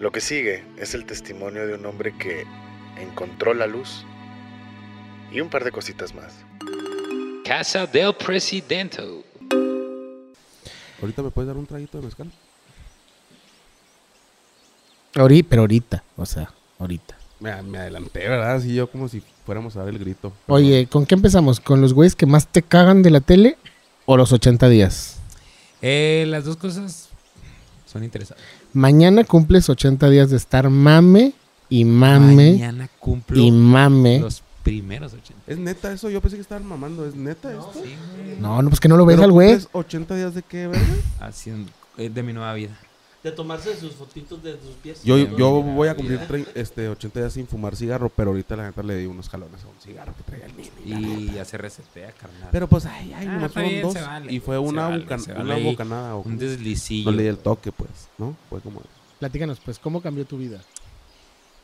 Lo que sigue es el testimonio de un hombre que encontró la luz y un par de cositas más. Casa del Presidente. ¿Ahorita me puedes dar un traguito de mezcal? Ahorita, pero ahorita, o sea, ahorita. Me, me adelanté, ¿verdad? Así yo como si fuéramos a dar el grito. Pero- Oye, ¿con qué empezamos? ¿Con los güeyes que más te cagan de la tele o los 80 días? Eh, las dos cosas son interesantes. Mañana cumples 80 días de estar mame y mame Mañana cumplo y mame. los primeros 80. ¿Es neta eso? Yo pensé que estaban mamando. ¿Es neta esto? Sí, güey. No, no, pues que no lo ves ¿Pero al güey. cumples 80 días de qué, verga? Haciendo, eh, de mi nueva vida. De tomarse sus fotitos de sus pies. Yo, Sí, yo mira, voy a cumplir trein- este, 80 días sin fumar cigarro, pero ahorita la neta le di unos jalones a un cigarro que traía el niño. Y ya se resetea, carnal. Pero pues, ay, ay, Ah, nomás está fueron bien, dos. se vale, y fue güey, se una, vale, bucan- se una vale. bocanada. o un como- deslizillo. no le di el toque, pues, ¿no? Fue como... Platícanos, pues, ¿cómo cambió tu vida?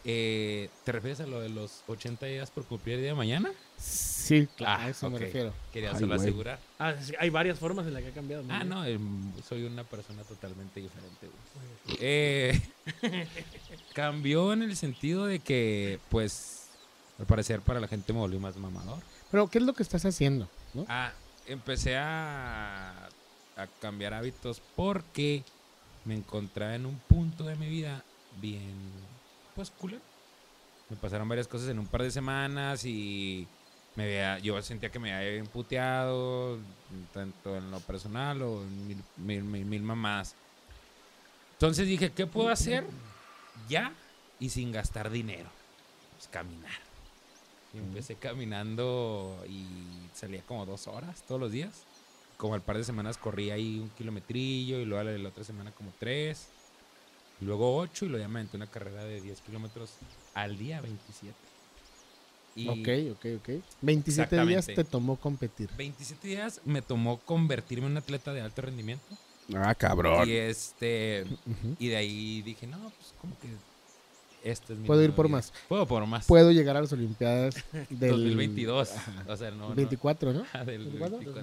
Eh, ¿Te refieres a lo de los 80 días por cumplir el día de mañana? Sí, claro, a eso ok. me refiero. Quería Ay, solo güey. asegurar. Ah, sí, hay varias formas en las que ha cambiado. muy Ah, bien. no, em, soy una persona totalmente diferente. güey. Eh, cambió en el sentido de que, pues, al parecer para la gente me volví más mamador. Pero, ¿qué es lo que estás haciendo? no? Ah, empecé a, a cambiar hábitos porque me encontraba en un punto de mi vida bien, pues, cool. Me pasaron varias cosas en un par de semanas y me había- yo sentía que me había bien puteado, tanto en lo personal o en mil, mil, mil- mil mamás. Entonces dije, ¿qué puedo hacer ya y sin gastar dinero? Pues caminar. Y empecé caminando y salía como dos horas todos los días. Como al par de semanas corría ahí un kilometrillo y luego a la, la otra semana como tres. Y luego ocho y luego ya me aventé una carrera de 10 kilómetros al día, 27. Y Ok, ok, ok. 27 días Exactamente. te tomó competir. 27 días me tomó convertirme en un atleta de alto rendimiento. Ah, cabrón. Y este y de ahí dije, no, pues como que este es mi Puedo ir nueva por vida. más. Puedo por más. Puedo llegar a las Olimpiadas del 2022. Ajá. O sea, no, no. 24, ¿no? Ah, del 2024.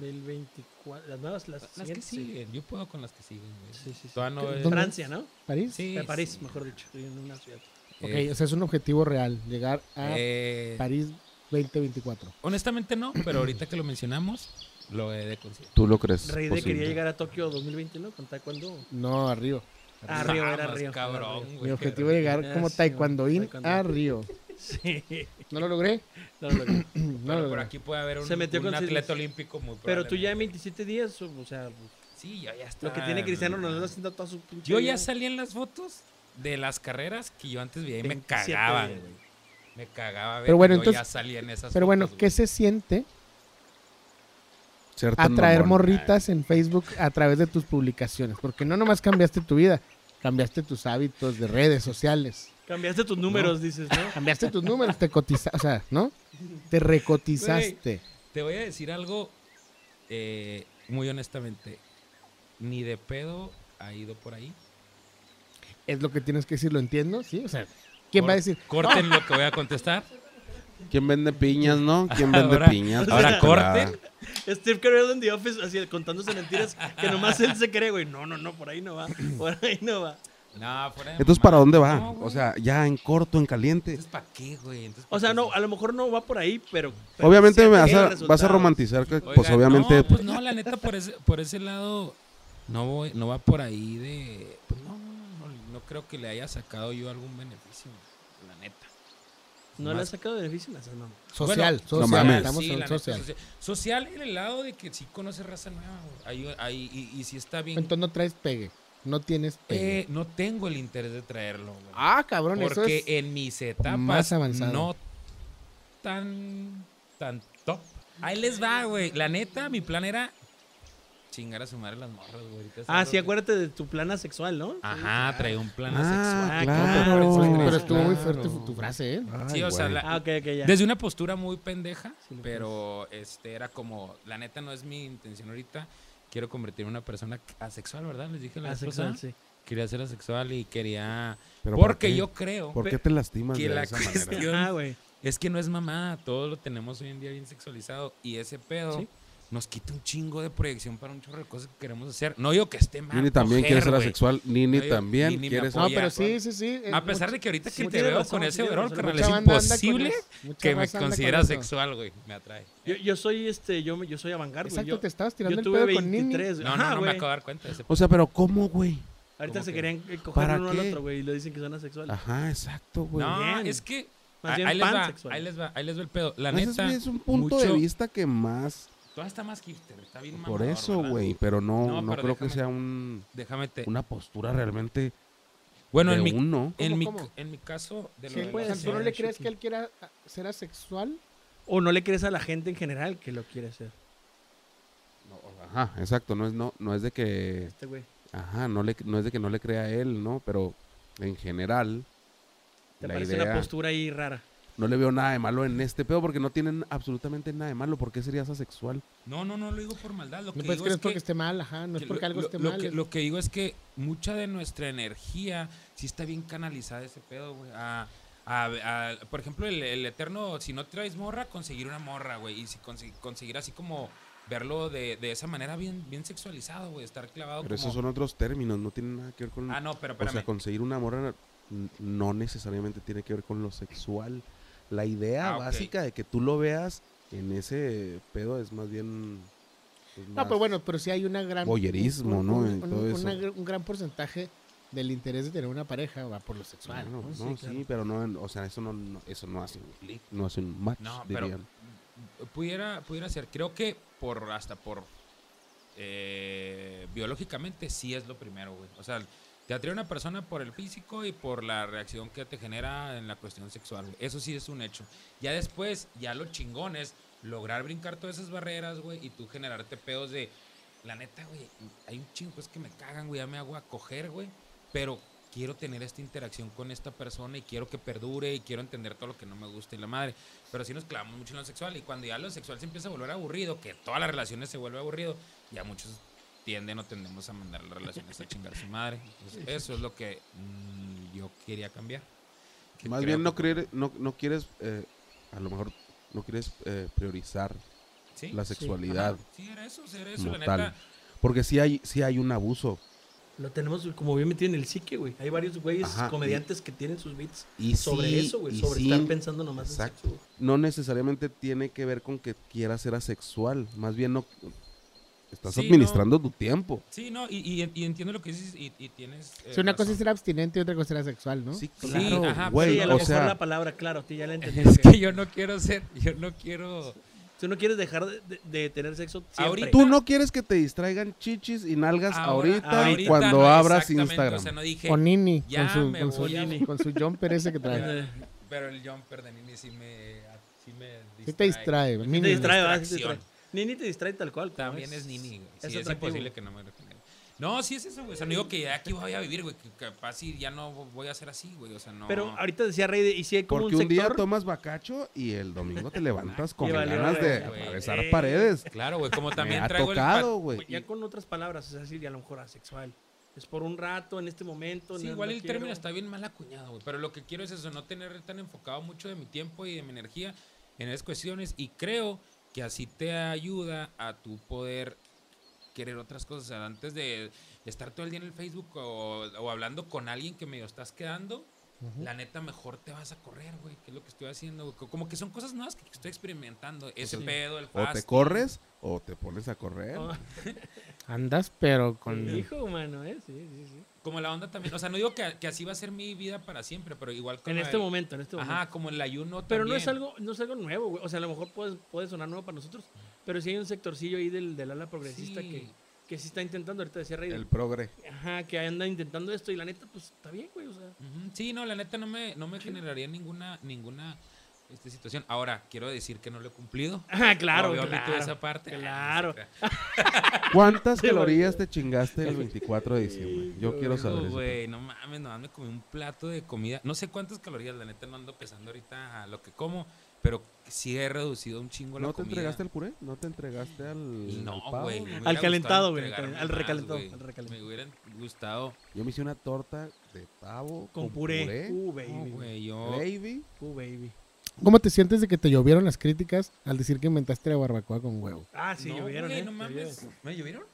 24. 2024. Las nuevas, las, Las que siguientes, sí. siguen, yo puedo con las que siguen. güey. Sí, sí, sí. Todavía no ¿Qué- es- dónde? Francia, ¿no? ¿París? Sí, Eh, París, sí. mejor dicho. en una ciudad. Ok, Eh, o sea, es un objetivo real, llegar a eh, París 2024. honestamente no, pero ahorita que lo mencionamos, lo he de considerar. Tú lo crees. Rey de posible. quería llegar a Tokio 2020, ¿no? ¿Contra cuándo? No, a Río. Ah, Río, era Vamos, Río, era Cabrón, Río. güey. Mi objetivo es llegar Ah, como sí, taekwondoín taekwondo. a Río. Sí. ¿No lo logré? No, lo logré. No lo Pero por logré. aquí puede haber un, Se metió un con atleta Silas. olímpico muy Pero tú ya en probablemente. 27 días, o o sea, Sí, yo ya está. lo que tiene Cristiano Ronaldo no haciendo toda su pinche. Yo ya vida. salí en las fotos de las carreras que yo antes veía y me 27 cagaban, días. güey. Me cagaba ver Pero bueno, que yo ya entonces- salí en esas Pero bueno, fotos, ¿qué güey. se siente Ser tan atraer mamón. morritas en Facebook a través de tus publicaciones? Porque no nomás cambiaste tu vida, cambiaste tus hábitos de redes sociales. Cambiaste tus números, dices, ¿no? Cambiaste tus números, te cotizaste, o sea, ¿no? Te recotizaste. Te voy a decir algo eh, muy honestamente. Ni de pedo ha ido por ahí. Es lo que tienes que decir, ¿lo entiendo? Sí, o sea, ¿quién va a Cor- decir? Corten lo que voy a contestar. ¿Quién vende piñas, no? ¿Quién vende Ahora- piñas? ahora Ah, corten. Steve Carell en The Office, así contándose mentiras que nomás él se cree, güey. No, no, no, por ahí no va. Por ahí no va. No, fuera de mamada. Entonces, ¿para dónde va? No, güey. o sea, ya en corto, en caliente. Entonces, ¿para qué, güey? Entonces, ¿pa' O sea, qué? no, a lo mejor no va por ahí, pero. pero Obviamente sí me vas, tiene a, vas a resultados. romantizar, que, Oigan, pues obviamente... No, pues no, la neta, por ese, por ese lado, no, voy, no va por ahí de. Pues no, no, no creo que le haya sacado yo algún beneficio, la neta. No le Más- has sacado beneficio a esas mamas. Social, Bueno, social, mames. estamos sí, en la neta, social. social. Social en el lado de que sí conoce raza nueva, güey. Ahí- ahí- y, y si está bien. Entonces no traes pegue, no tienes pegue. Eh, no tengo el interés de traerlo, güey. ah, cabrón, eso porque eh, es... en mis etapas más avanzado. no tan tan top. Ahí les va, güey. La neta, mi plan era chingar a su madre las morras, güey. Ahorita Ah, salgo- sí, acuérdate de tu plana sexual, ¿no? Ah, Ajá, traía un plan Ah, asexual. claro. Oye, Claro. pero estuvo muy fuerte tu, tu frase, ¿eh? Ay, pues, Sí, o sea, güey. la- Ah, ok, ok, ya. desde una postura muy pendeja, Sí, lo pero este era como, la neta no es mi intención ahorita. Quiero convertirme en una persona asexual, ¿verdad? Les dije la vez Asexual, pasada. Ah, sí. Quería ser asexual y quería... Pero ¿por Porque qué? yo creo... ¿Por qué te lastimas que de la esa cuestión- manera? Ah, güey. Es que no es mamada, todo lo tenemos hoy en día bien sexualizado y ese pedo Sí. nos quita un chingo de proyección para un chorro de cosas que queremos hacer. No digo que esté mal. Nini también coger, quiere ser güey. asexual. Nini No, yo- también Nini me quiere ser. No, apoya. pero sí, sí, sí. eh, A pesar mucha- de que ahorita sí, que te tiene veo razón, con sí, ese tiene verón, razón. carnal, mucha es banda anda con imposible eso, mucha que me raza anda con considera eso. sexual, güey. Me atrae. Yo, yo soy este, yo, me- yo soy avant Exacto, yo, te estabas tirando yo el tuve pedo con Nini. 23. güey. No, Ajá, no, no me güey. acabo de dar cuenta de ese O sea, pero ¿cómo, güey? Ahorita ¿Cómo se que? querían eh, coger ¿Para uno al qué? Ah. otro, güey, y le dicen que son asexuales. Ajá, exacto, güey. No, Bien. es que. Más ah, bien ahí, les va, pansexual. ahí les va, ahí les va el pedo. La Ese es- neta. es un punto de mucho- vista que más Toda está más hipster, está bien por mamador, eso, ¿verdad? güey, pero no, No, no, pero creo déjame- que sea un, Déjame te. una postura realmente Bueno, de en mi, uno. en, ¿Cómo, mi, cómo? en mi caso, de lo Sí, de o sea, los- ¿Tú no le Sí, crees sí. que él quiera ser asexual? O no le crees a la gente en general que lo quiere hacer. Ajá, exacto, no es no no es de que Este güey. ajá, no le no es de que no le crea a él, ¿no? Pero en general Te la parece idea una postura ahí rara. no le veo nada de malo en este pedo porque no tienen absolutamente nada de malo, ¿por qué serías asexual? No, no, no lo digo por maldad. Lo No que puedes digo creer es es porque que, esté mal, ajá. No es que porque lo- algo lo- esté lo mal. que- es- lo que digo es que mucha de nuestra energía sí está bien canalizada ese pedo, güey. A- a- a- por ejemplo, el, el eterno, si no traes morra, conseguir una morra, güey. Y si consi- conseguir así como verlo de, de esa manera bien, bien sexualizado, güey. Estar clavado Pero como... esos son otros términos, no tienen nada que ver con Ah, no, pero o espérame. sea, conseguir una morra n- no necesariamente tiene que ver con lo sexual. La idea Ah, ok. básica de que tú lo veas en ese pedo es más bien pues, No, más- pero bueno, pero sí hay una gran... Voyerismo, un- ¿no? un- En un- todo una eso. gr- un gran porcentaje del interés de tener una pareja va por lo sexual. Claro, ¿no? no, pues, Sí, sí, claro. pero no, en- o sea, eso no, no- eso no hace un clic, no hace un match, No, pero dirían. pudiera, pudiera ser. Creo que por hasta por eh, biológicamente sí es lo primero, güey. O sea, te atrae una persona por el físico y por la reacción que te genera en la cuestión sexual. güey. Eso sí es un hecho. Ya después, ya lo chingón es lograr brincar todas esas barreras, güey, y tú generarte pedos de. La neta, güey, hay un chingo es que me cagan, güey, ya me hago a coger, güey, pero quiero tener esta interacción con esta persona y quiero que perdure y quiero entender todo lo que no me gusta y la madre. Pero sí nos clavamos mucho en lo sexual y cuando ya lo sexual se empieza a volver aburrido, que todas las relaciones se vuelve aburrido, ya muchos tienden o tendemos a mandar las relaciones a chingar a su madre. Entonces, eso es lo que mm, yo quería cambiar. Que Más creo bien que- no, creer, no, no quieres, eh, a lo mejor no quieres eh, priorizar Sí, la sí, sexualidad. ajá. Sí, era eso, sí, era eso, como la neta. tal. Porque sí hay, sí hay un abuso. Lo tenemos como bien metido en el psique, güey. Hay varios güeyes Ajá, y- comediantes que tienen sus beats Y sobre sí- eso, güey. y Sobre sí estar pensando nomás exacto. en sexo. güey. no necesariamente tiene que ver con que quieras ser asexual. Más bien no estás Sí, administrando tu tiempo. Sí, no, y, y- y entiendo lo que dices y, y tienes. eh, Sí, una cosa razón. es ser abstinente y otra cosa es ser asexual, ¿no? Sí, Sí, claro, ajá, güey. sí, a lo o mejor sea, la palabra, claro, tú ya la entendí. Es que yo no quiero ser, yo no quiero. Tú no quieres dejar de, de- de tener sexo siempre. Ahorita- tú no quieres que te distraigan chichis y nalgas Ahora- ahorita, ahorita cuando no, abras exactamente, Instagram. O sea, no dije. O Nini, Ya con su, me con, su, voy a- con su jumper ese que trae. Eh, Pero el jumper de Nini sí me, sí me distrae. Sí te distrae, Te Nini. distrae, ¿verdad? Sí te Distracción. distrae. Nini te distrae tal cual. como También es Nini, güey. Sí, es es, atractivo. imposible que no me reconozca. No, sí es eso, güey. O sea, no digo que ya aquí voy a vivir, güey. Que capaz y ya no voy a ser así, güey. O sea, no. Pero ahorita decía Rey, de- y si hay como Porque un un día sector... tomas bacacho y el domingo te levantas con Y valió ganas de verga, Ah, güey. atravesar Ey. paredes. Claro, güey. Como también Me ha traigo tocado, el. pat- güey. Güey, Ya con otras palabras, es decir, ya a lo mejor asexual. Es por un rato, en este momento. Sí, no- igual no el quiero. término está bien mal acuñado, güey. Pero lo que quiero es eso, no tener tan enfocado mucho de mi tiempo y de mi energía en esas cuestiones. Y creo que así te ayuda a tu poder querer otras cosas. O sea, antes de estar todo el día en el Facebook o, o hablando con alguien que medio estás quedando, la neta mejor te vas a correr, güey. Que es lo que estoy haciendo. güey. Co- Como que son cosas nuevas que estoy experimentando. Ese Pues Sí. pedo, el O te fasting. corres o te pones a correr. Oh. Ah, Andas, pero con... Hijo, mano, ¿eh? Sí, sí, sí. Como la onda también. O sea, no digo que, que así va a ser mi vida para siempre, pero igual como En este el- momento, en este momento. Ajá, como el ayuno Pero no es también. algo, no es algo nuevo, güey. O sea, a lo mejor puede, puede sonar nuevo para nosotros, pero sí hay un sectorcillo ahí del, del ala progresista Sí. que, que sí está intentando, ahorita decía Rey, El progre. ajá, que anda intentando esto y la neta, pues está bien, güey. O sea, Ujú, Sí, no, la neta no me, no me generaría ninguna, ninguna este, situación. Ahora, quiero decir que no lo he cumplido. ajá, claro, Obvio, omito claro. esa parte. Ah, claro. no se crea. ¿Cuántas Sí, calorías te chingaste el 24 de diciembre? Yo quiero saber Digo, eso. güey, no mames, nomás me comí un plato de comida. No sé cuántas calorías, la neta no ando pesando ahorita a lo que como, pero sí he reducido un chingo la ¿No te comida. entregaste al puré? ¿No te entregaste al, No, al pavo? güey. me hubiera Al gustado calentado, güey, entregarme al más, recalentado, güey. al recalentado. Me hubieran gustado. Yo me hice una torta de pavo Con puré. Uh, No, baby. güey, yo. gravy uh, baby. ¿Cómo te sientes de que te llovieron las críticas al decir que inventaste la barbacoa con huevo? Ah, sí, no, llovieron, güey, ¿eh? no mames. ¿Me llovieron?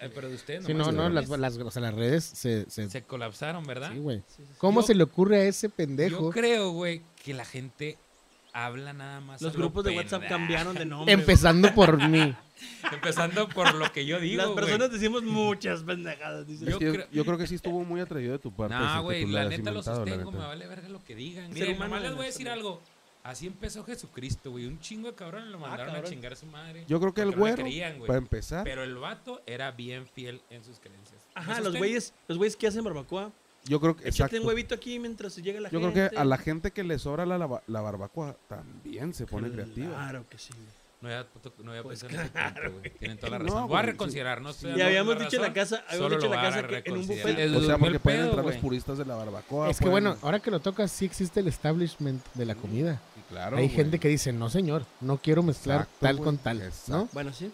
Eh, pero de ustedes Sí, nomás, no, no, las, cabrones. las, o sea, las redes se... se- Se colapsaron, ¿verdad? sí, güey. Sí, sí, sí. ¿Cómo Yo- se le ocurre a ese Yo pendejo? creo, güey, que la gente habla nada más. Los a lo grupos de WhatsApp pendejo. cambiaron de nombre. güey. Empezando por mí. Empezando por lo que yo digo, Las güey. personas decimos muchas pendejadas. dicen. Es Yo que Yo, creo- yo creo que sí estuvo muy atrevido de tu parte. No, decirte güey, tú la habías neta lo inventado, este, pues, la sostengo, me neta. vale verga lo que digan. Ser Miren, humano nomás de les voy a nosotros. decir algo. Así empezó Jesucristo, güey. Un chingo de cabrones lo mandaron a Ah, cabrón. chingar a su madre. Yo creo que el porque no le güero, creían, güey. para empezar, Pero el vato era bien fiel en sus creencias. ¿No Ajá, es los usted? güeyes, los güeyes que hacen barbacoa. yo creo que... Échate un exacto. huevito aquí mientras llega la Yo gente. creo que a la gente que le sobra la, lava- la barbacoa también se pone creativa. Claro que sí. güey. No había, puto- no había Pues pensado en ese punto, güey. Tienen toda la No, razón. voy a güey, sí. reconsiderar, no estoy Y dando habíamos la dicho en la razón, casa- habíamos solo dicho en lo la van a casa que en un buffet- reconsiderar. O sea, Desde porque el pueden pedo, entrar los güey. puristas de la barbacoa. Es que pueden- bueno, ahora que lo tocas, sí existe el establishment de la comida. Sí, claro, Hay güey. gente que dice, no señor, no quiero mezclar Exacto, tal güey, con tal, ¿no? exacto. Bueno, sí.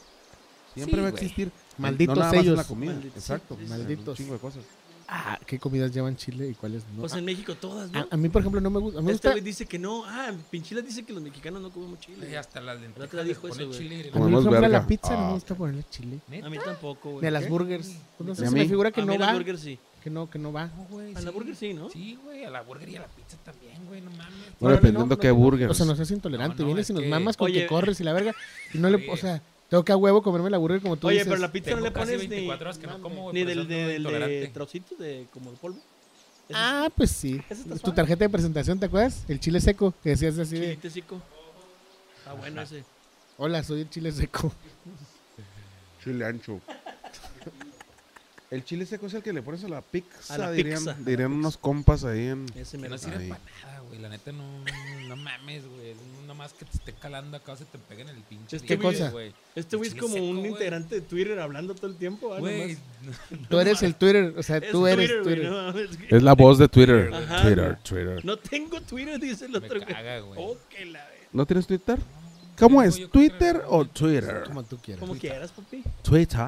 Siempre Sí, va a güey. existir. Malditos no nada más en la ellos. comida. Malditos. Exacto. Sí, sí, sí. Malditos. Un chingo de cosas. Ah, ¿qué comidas llevan chile y cuáles no? Ah, Pues en México todas, a, ¿no? a mí, por ejemplo, no me gusta. a mí me Este gusta güey dice que no. Ah, Pinchila dice que los mexicanos no comen chile. Y güey. hasta las lentejas otro día les dijo eso, ponen güey. chile. y le- a mí, por Comemos ejemplo, a la verga. pizza no Ah. me gusta ponerle chile. ¿Neta? A mí tampoco, güey. Ni a las ¿Qué? burgers. Pues No sé, ¿Y a se me mí? figura que a mí no las va. burgers sí. Que no, que no va. No, güey, A la sí. burger sí, ¿no? Sí, güey, a la burger y a la pizza también, güey, no mames. Bueno, Órale, dependiendo no, qué no, no. burgers. O sea, no seas intolerante. No, no, Vienes y es nos que- mamas con que Oye. corres y la verga. Y no le, o Oye. sea, tengo que a huevo comerme la burger como tú Oye, dices. pero la pizza no Tengo le casi pones ni, 24 horas que no como, güey, ni por eso del, ando del, de intolerante. trocitos de como de polvo. Ese es Ah, pues sí. Esa está Tu suave. tarjeta de presentación, ¿te acuerdas? El chile seco, que decías así de, chilito seco. Está Ah, bueno ese. hola, soy el chile seco. Chile ancho. El chile seco es el que le pones a la pizza, A la dirían, pizza. dirían unos compas ahí en... Ese Que me no gusta. sirve Ay. para nada, güey. La neta no, no mames, güey. Es Nomás que te esté calando acá o se te pega en el pinche. Es que dedo, ¿Qué cosa? Güey, Este güey es Chile como seco, un güey. integrante de Twitter hablando todo el tiempo. ah, Güey, nomás. Tú eres el Twitter, o sea, Es tú eres Twitter, Twitter. güey, no mames. Es la voz de Twitter. Ajá. Twitter, Twitter. No tengo Twitter, dice el me otro güey. caga, güey. Oh, que la ve- ¿No tienes Twitter? ¿Cómo Yo es? creo que- ¿Twitter o Twitter? Como tú quieras. Como quieras, papi. Twitter.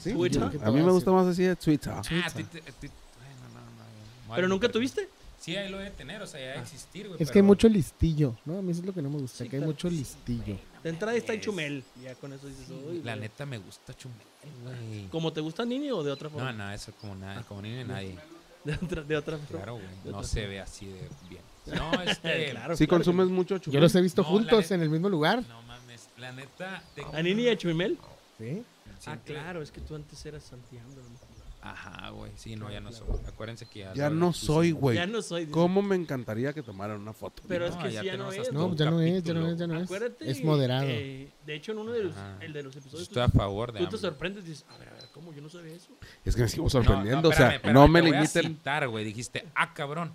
¿Sí? Twitter. A mí me gusta más así de Twitter. Ah, tú te- tú- bueno, no, no, no. Pero nunca tuviste. Ah. Sí, ahí lo de tener, o sea, ya de existir, güey. Es que hay pero- mucho listillo, ¿no? A mí eso es lo que no me gusta, Sí, que hay claro. mucho listillo. De entrada está en Es- Chumel. Ya con eso dices, uy, La güey. neta me gusta chumel, güey. ¿Como te gusta Nini o de otra No, forma? no, eso como nada, como ni de nadie. De otra, de otra forma. Eh, Claro, güey. No se ve así de bien. No, este. Claro, Si claro que- consumes mucho chupón. Yo los he visto No, la juntos neta- en el mismo lugar. No mames. La neta. tengo- ¿A Nini y a Chumel? ¿Sí? Ah, siempre- claro, es que tú antes eras Santiago. ¿no? Ajá, güey. Sí, no, ya no soy. Acuérdense que ya. Ya lo- no soy, Ya güey. no soy. dice. ¿Cómo me encantaría que tomaran una foto? Pero es No, que ya sí, ya no tenemos es. hasta No, pues un ya no es, ya no capítulo. es, ya no es. Acuérdate. Es moderado. eh, de hecho, en uno de los, Ajá. el de los Yo episodios, tú, estoy a favor de. tú te AMLO. sorprendes y dices, a ver, a ver, ¿cómo? Yo no sabía eso. Es que me sigo No, no, sorprendiendo. o espérame, sea, espérame, no me te voy a limiten. citar, güey. Dijiste, ah, cabrón.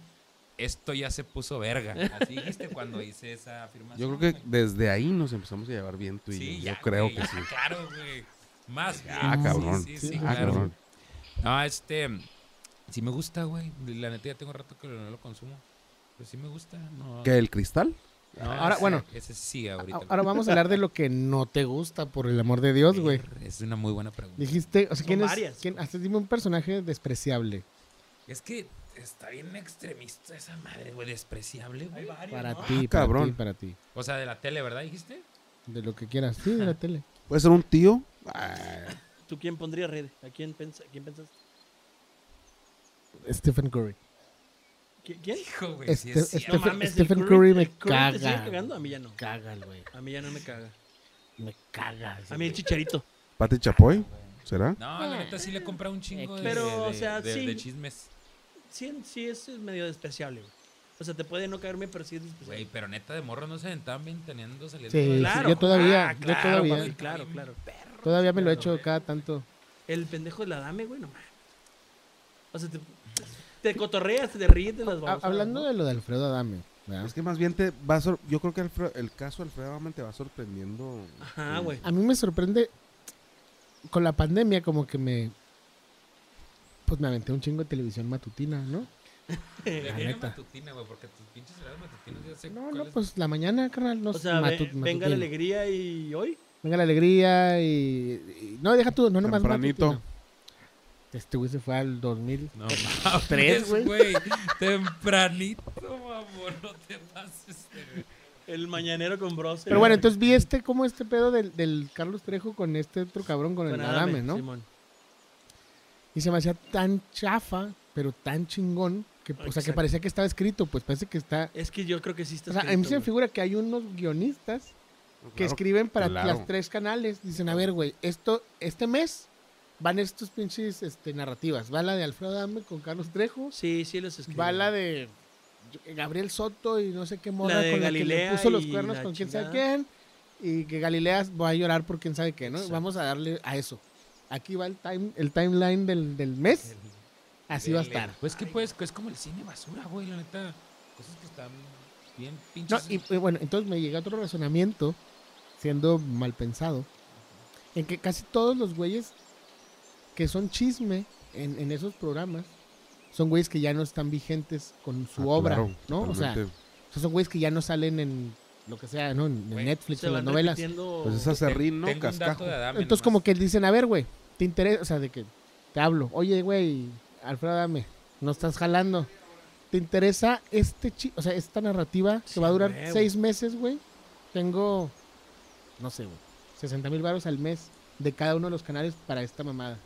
Esto ya se puso verga. Así dijiste cuando hice esa afirmación. Yo creo que güey. desde ahí nos empezamos a llevar bien tú y Sí, yo. ya, yo creo güey, que ya, sí. Claro, güey. Más bien. Ah, sí, cabrón. Sí, sí, Sí, Ah, claro. cabrón. No, este. Sí me gusta, güey. La neta ya tengo rato que no lo consumo. Pero sí me gusta. No, ¿Qué, el cristal? no, Ahora, ese- bueno. Ese sí, ahorita. Ahora vamos a hablar de lo que no te gusta, por el amor de Dios, güey. Es una muy buena pregunta. Dijiste, o sea, Son ¿quién es? varias. ¿Quién? Hasta dime un personaje despreciable. Es que está bien extremista esa madre, güey. Despreciable, Hay güey. varios. Para ¿no? ti, para Ah, cabrón. ti, para ti. O sea, de la tele, ¿verdad? Dijiste. De lo que quieras. Sí, de la tele. ¿Puede ser un tío? Ah, ¿Tú quién pondría red? ¿A quién, pensa, quién pensas? Stephen Curry. ¿Qui- ¿Quién? Hijo, güey. Este- Sí, es cierto. Stephen- el Stephen Curry me el Curry ¿Te sigue caga. cagando? A mí ya no. Caga, güey. A mí ya no me caga. Me caga. A mí el chicharito. ¿Pati Chapoy? ¿Será? No, la neta sí le compra un chingo de, Pero, de- o sea, de- sí. de chismes. Sí, sí es medio despreciable, güey. O sea, te puede no caerme, pero sí es Güey, despreciable. pero neta de morro no se estaban bien teniendo saliendo. Sí, de- yo todavía, Ah, yo claro, todavía. papi, claro, claro. Todavía me lo he hecho cada tanto. El pendejo de la dame, güey, no mames. O sea, te, te cotorreas, te ríes de las Ha- babosadas, hablando ¿no? de lo de Alfredo Adame, Es ¿verdad? que más bien te va a sor- Yo creo que Alfre- el caso de Alfredo Adame te va sorprendiendo. Ajá, Sí. güey. a mí me sorprende con la pandemia como que me pues me aventé un chingo de televisión matutina, ¿no? La neta. matutina, güey, porque tus pinches horarios matutinos ya sé No, cuál no, es. pues la mañana, carnal, no O sea, ve- matu- venga la matutino. alegría y hoy. Venga la alegría y, y- no deja tú, no nomás Tempranito. matutina. Este güey se fue al 2000. No mames, Eh, Tres, güey. Tempranito, mamón, no te pases. de- El mañanero con bros. Pero bueno, entonces vi este, como este pedo del, del Carlos Trejo con este otro cabrón, con el Adame, ¿no? Simón. Y se me hacía tan chafa, pero tan chingón, que, o sea, que Exacto. parecía que estaba escrito, pues parece que está... Es que yo creo que sí está O sea, a mí escrito, se me güey. figura que hay unos guionistas que Claro, escriben para claro. las tres canales. Dicen, a ver, güey, esto, este mes van estos pinches este, narrativas. Va la de Alfredo Adame con Carlos Trejo. Sí, sí los escribió. Va la de Gabriel Soto y no sé qué morra La de con la que le Galilea puso los y cuernos la con quién sabe chingada. quién. Y que Galilea va a llorar por quién sabe qué, ¿no? Exacto. Vamos a darle a eso. Aquí va el, time, el timeline del, del mes. Así va a estar. Pues que pues, que es como el cine basura, güey, la neta. Cosas que están bien No, pinches. y, y bueno, entonces me llega otro razonamiento, siendo mal pensado, en que casi todos los güeyes que son chisme en, en esos programas son güeyes que ya no están vigentes con su Ah, obra, claro, ¿no? O sea, totalmente. o sea, Pues son güeyes que ya no salen en lo que sea, ¿no? En, en Güey, Netflix, Se en las van novelas. repitiendo- Pues es acerrín, ¿no? Tengo un dato Cascajo. de Adame nomás. Entonces, como que dicen, a ver, güey, te interesa, o sea, de que te hablo, oye, güey, Alfredo, dame, no estás jalando. ¿Te interesa este chi o sea, esta narrativa que Sí, va a durar güey. seis meses, güey? Tengo, no sé, güey, 60 mil baros al mes de cada uno de los canales para esta mamada.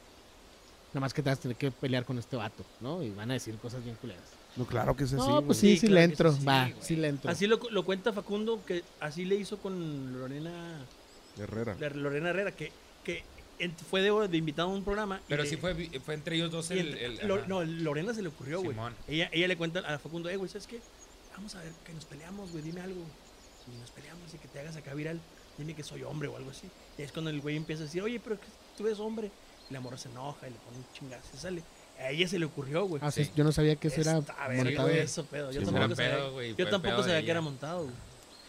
Nada más que te vas a tener que pelear con este vato, ¿no? Y van a decir cosas bien culeras. No, claro que es así. no, pues sí, güey. sí, Sí, le claro que entro, sí, va, güey. sí le entro. Así lo, lo cuenta Facundo, que así le hizo con Lorena, Herrera. la- Lorena Herrera, que, que en- fue de, de invitado a un programa. y Pero le- sí fue, vi- fue entre ellos dos y el. entre- el- Lo- ajá. no, Lorena se le ocurrió, güey. Simón. Ella, ella le cuenta a Facundo, eh, güey, ¿sabes qué? Vamos a ver, que nos peleamos, güey, dime algo. Y nos peleamos y que te hagas acá viral. Dime que soy hombre o algo así. Y es cuando el güey empieza a decir, oye, pero que tú eres hombre. Y la morra se enoja y le pone un chingazo y sale. A ella se le ocurrió, güey. Ah, sí, sí. Yo no sabía que eso era Está verga, montado. güey, eso pedo. Yo Sí, tampoco era sabía, pedo, güey, yo fue tampoco pedo de sabía ella. que era montado, güey.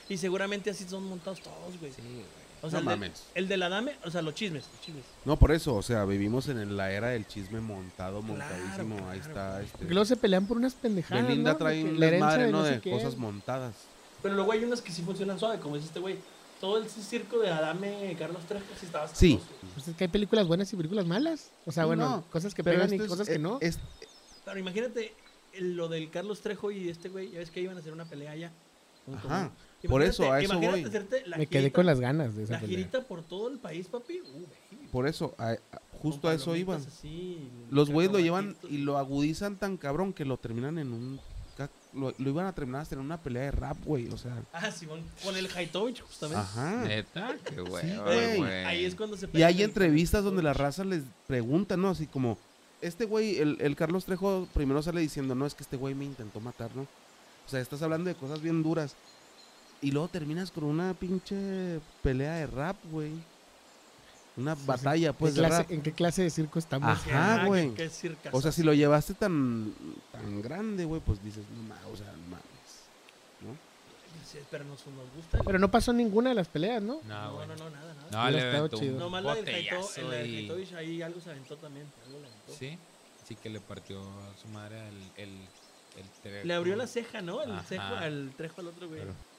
Y seguramente así son montados todos, güey. Sí, güey. O sea, No el, de, mames. el de la dame, o sea, los chismes, los chismes. No, por eso, o sea, vivimos en la era del chisme montado, montadísimo. claro, Ahí está. güey. Este, Porque luego se pelean por unas pendejadas. Belinda ¿no? trae De que un la herencia desmadre, de ¿no? sé De qué. cosas montadas. Pero luego hay unas que sí funcionan suave, como es este güey. Todo el circo de Adame, Carlos Trejo, sí estaba Sí. sabroso. Pues es que hay películas buenas y películas malas. O sea, Sí, bueno, no, cosas que Pero pegan y esto es- cosas que eh, no. es- Claro, imagínate el- lo del Carlos Trejo y este güey. Ya ves que iban a hacer una pelea allá. junto, Ajá, güey. por Imagínate- eso, a eso imagínate voy. hacerte la Me quedé girita- con las ganas de esa La pelea. girita por todo el país, papi. Uh, baby. Por eso, a- a- justo Con a eso iban. palomitas así, Los güeyes lo llevan cacahuatitos. y lo agudizan tan cabrón que lo terminan en un... ca- Lo, lo iban a terminar hasta en una pelea de rap, güey, o sea... Ah, Simón, con el Haitovich, justamente. Ajá. Eh, Neta, qué hueva, güey. güey. Ahí es cuando se Y pelean hay el- entrevistas donde la raza les pregunta, ¿no? Así como, este güey, el, el Carlos Trejo primero sale diciendo, no, es que este güey me intentó matar, ¿no? O sea, estás hablando de cosas bien duras. Y luego terminas con una pinche pelea de rap, güey. Una batalla, ¿En, pues, qué de clase, rap. ¿En qué clase de circo estamos? Ajá. Ah, güey. qué- qué circazo. O sea, si lo llevaste tan, tan grande, güey, pues dices, no, ma- o sea, no mames. Sí, Pero nos, nos gusta. Pero no pasó ninguna de las peleas, ¿no? No, no, güey. no, no, nada, nada. No, le Hubiera estado aventó chido. un Nomás la del Haito- botellazo la del y- Haitovich, ahí algo se aventó también. algo le aventó. Sí, sí que le partió su madre al el, el Le abrió la ceja, ¿no? Al, Ajá. cejo, al trejo al otro, güey. Claro.